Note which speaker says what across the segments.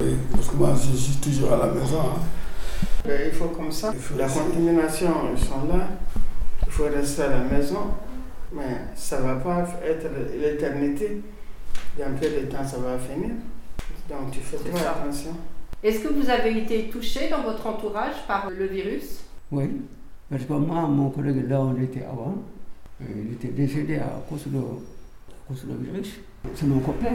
Speaker 1: Et parce que moi, je suis toujours à la maison. hein.
Speaker 2: Ben, il faut comme ça.
Speaker 1: Il faut
Speaker 2: La
Speaker 1: rester.
Speaker 2: contamination, ils sont là. Il faut rester à la maison. Mais ça ne va pas être l'éternité. Dans peu de temps, ça va finir. Donc tu fais
Speaker 3: C'est
Speaker 2: très
Speaker 3: ça.
Speaker 2: attention.
Speaker 3: Est-ce que vous avez été touché dans votre entourage par le virus
Speaker 4: Oui, parce que moi, mon collègue, là, on était avant. euh, Il était décédé à cause de, à cause de virus. C'est mon copain.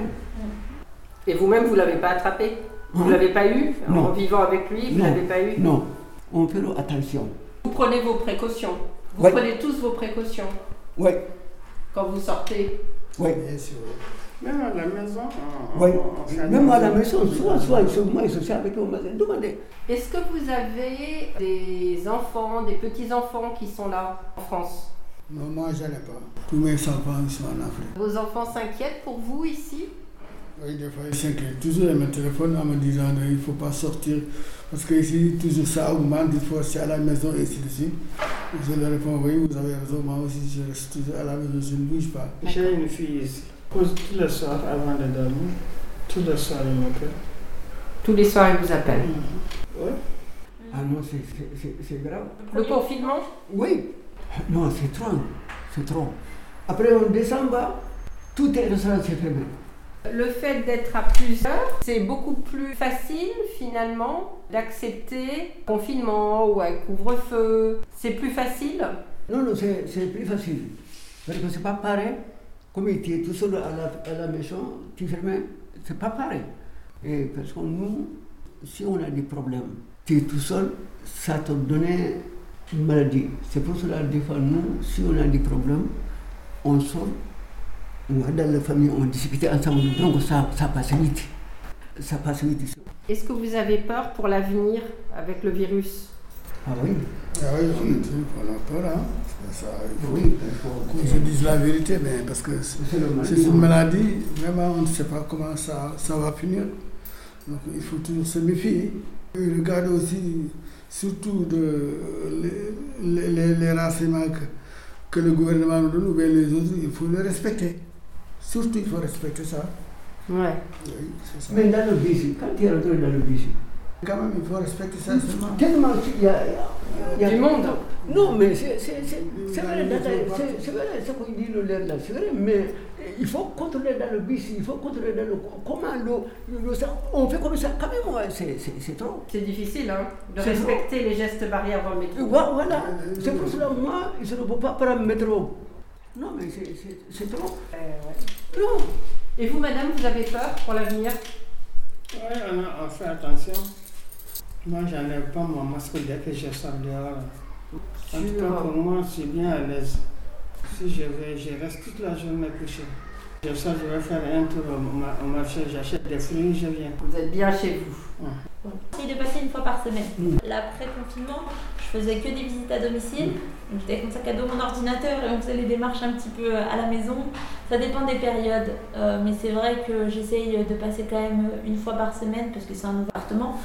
Speaker 3: Et vous-même, vous l'avez pas attrapé Vous
Speaker 4: Hein?
Speaker 3: l'avez pas eu En
Speaker 4: Non.
Speaker 3: vivant avec lui, vous
Speaker 4: Non.
Speaker 3: l'avez pas eu
Speaker 4: Non, on fait attention.
Speaker 3: Vous prenez vos précautions. Vous
Speaker 4: Ouais.
Speaker 3: prenez tous vos précautions
Speaker 4: Oui,
Speaker 3: quand vous sortez.
Speaker 4: oui.
Speaker 1: Bien sûr.
Speaker 2: Même à la maison, on,
Speaker 4: Oui.
Speaker 2: on- on fait
Speaker 4: Même à la
Speaker 2: attention.
Speaker 4: maison, Mm. soit, soit, soit, moi, ils se servent avec le magasin. Demandez.
Speaker 3: Est-ce que vous avez des enfants, des petits-enfants qui sont là en France
Speaker 1: Non, moi, je n'ai pas. Tous mes enfants, ils sont en Afrique.
Speaker 3: Vos enfants s'inquiètent pour vous ici
Speaker 1: Oui, des fois, ils s'inquiètent. Toujours, ils me téléphonent en me disant non, il ne faut pas sortir. Parce que ici, toujours ça augmente. Il faut rester à la maison et ainsi de suite. Je leur réponds oui, vous avez raison. Moi aussi, je reste toujours à la maison. Je ne bouge pas.
Speaker 2: J'ai une fille ici. Pose tout le soir avant de dormir. Tout le soir, il m'appelle.
Speaker 3: Tous les soirs, ils vous appellent.
Speaker 4: Mm.
Speaker 2: Oui.
Speaker 4: Ah non, c'est- c'est c'est- c'est grave.
Speaker 3: Le confinement
Speaker 4: Oui. Non, c'est trop. C'est trop. Après, on descend bas, tout est restaurant, c'est fermé.
Speaker 3: Le fait d'être à plusieurs, c'est beaucoup plus facile finalement d'accepter confinement ou un couvre-feu. C'est plus facile.
Speaker 4: Non, non, c'est c'est plus facile. Parce que c'est pas pareil. Comme tu es tout seul à la, à la maison, tu fermes, c'est pas pareil. Et parce que nous, si on a des problèmes, tu es tout seul, ça te donnait une maladie. C'est pour cela, des fois, nous, si on a des problèmes, on sort, on va dans la famille, on discute ensemble. Donc ça, ça passe vite. Ça passe vite ici.
Speaker 3: Est-ce que vous avez peur pour l'avenir avec le virus
Speaker 4: Ah oui,
Speaker 1: Ah oui, on est sûr qu'on a peur. Hein. C'est ça. Il faut
Speaker 4: oui.
Speaker 1: qu'on se dise la vérité. Mais parce que c'est-
Speaker 4: C'est le mal.
Speaker 1: C'est une maladie, vraiment, on ne sait pas comment ça, ça va finir. Donc il faut toujours se méfier. Et regarde aussi, surtout de, les, les, les renseignements que, que le gouvernement nous donne, ou bien les autres, il faut les respecter. Surtout, il faut respecter ça.
Speaker 3: Ouais.
Speaker 1: Oui, c'est ça.
Speaker 4: Mais dans le bus, quand tu es rentré dans le bus,
Speaker 1: Quand même, il faut respecter ça seulement.
Speaker 4: Tellement il y a, il y a-
Speaker 3: Du monde.
Speaker 4: Non, mais c'est c'est- c'est- c'est vrai, dans la- c'est- c'est vrai ce qu'on dit le lait là, c'est vrai, mais il faut contrôler dans le bis, il faut contrôler dans le. Comment le, le- ça- on fait comme ça quand même, ouais, c'est- c'est c'est trop.
Speaker 3: C'est difficile hein, de
Speaker 4: C'est
Speaker 3: respecter les gestes barrières dans le
Speaker 4: Et
Speaker 3: métro.
Speaker 4: voi- Voilà, c'est pour cela, moi, je ne peux pas prendre le métro. Non, mais c'est- c'est c'est trop.
Speaker 3: Euh, ouais.
Speaker 4: Non,
Speaker 3: Et vous, madame, vous avez peur pour l'avenir
Speaker 2: Oui, on, a- on fait attention. Moi, j'enlève pas mon masque dès que je sors dehors. En tout cas, pour moi, je suis bien à l'aise. Si je vais, je reste toute la journée couché. Je sors, je vais faire un tour au, ma- au marché, j'achète des fruits, je viens.
Speaker 3: Vous êtes bien chez vous.
Speaker 5: J'essaye de passer une fois par semaine.
Speaker 4: Mm.
Speaker 5: L'après-confinement, je faisais que des visites à domicile. Donc j'étais avec mon sac à dos, mon ordinateur et on faisait les démarches un petit peu euh, à la maison. Ça dépend des périodes, euh, mais c'est vrai que j'essaye de passer quand même une fois par semaine parce que c'est un appartement.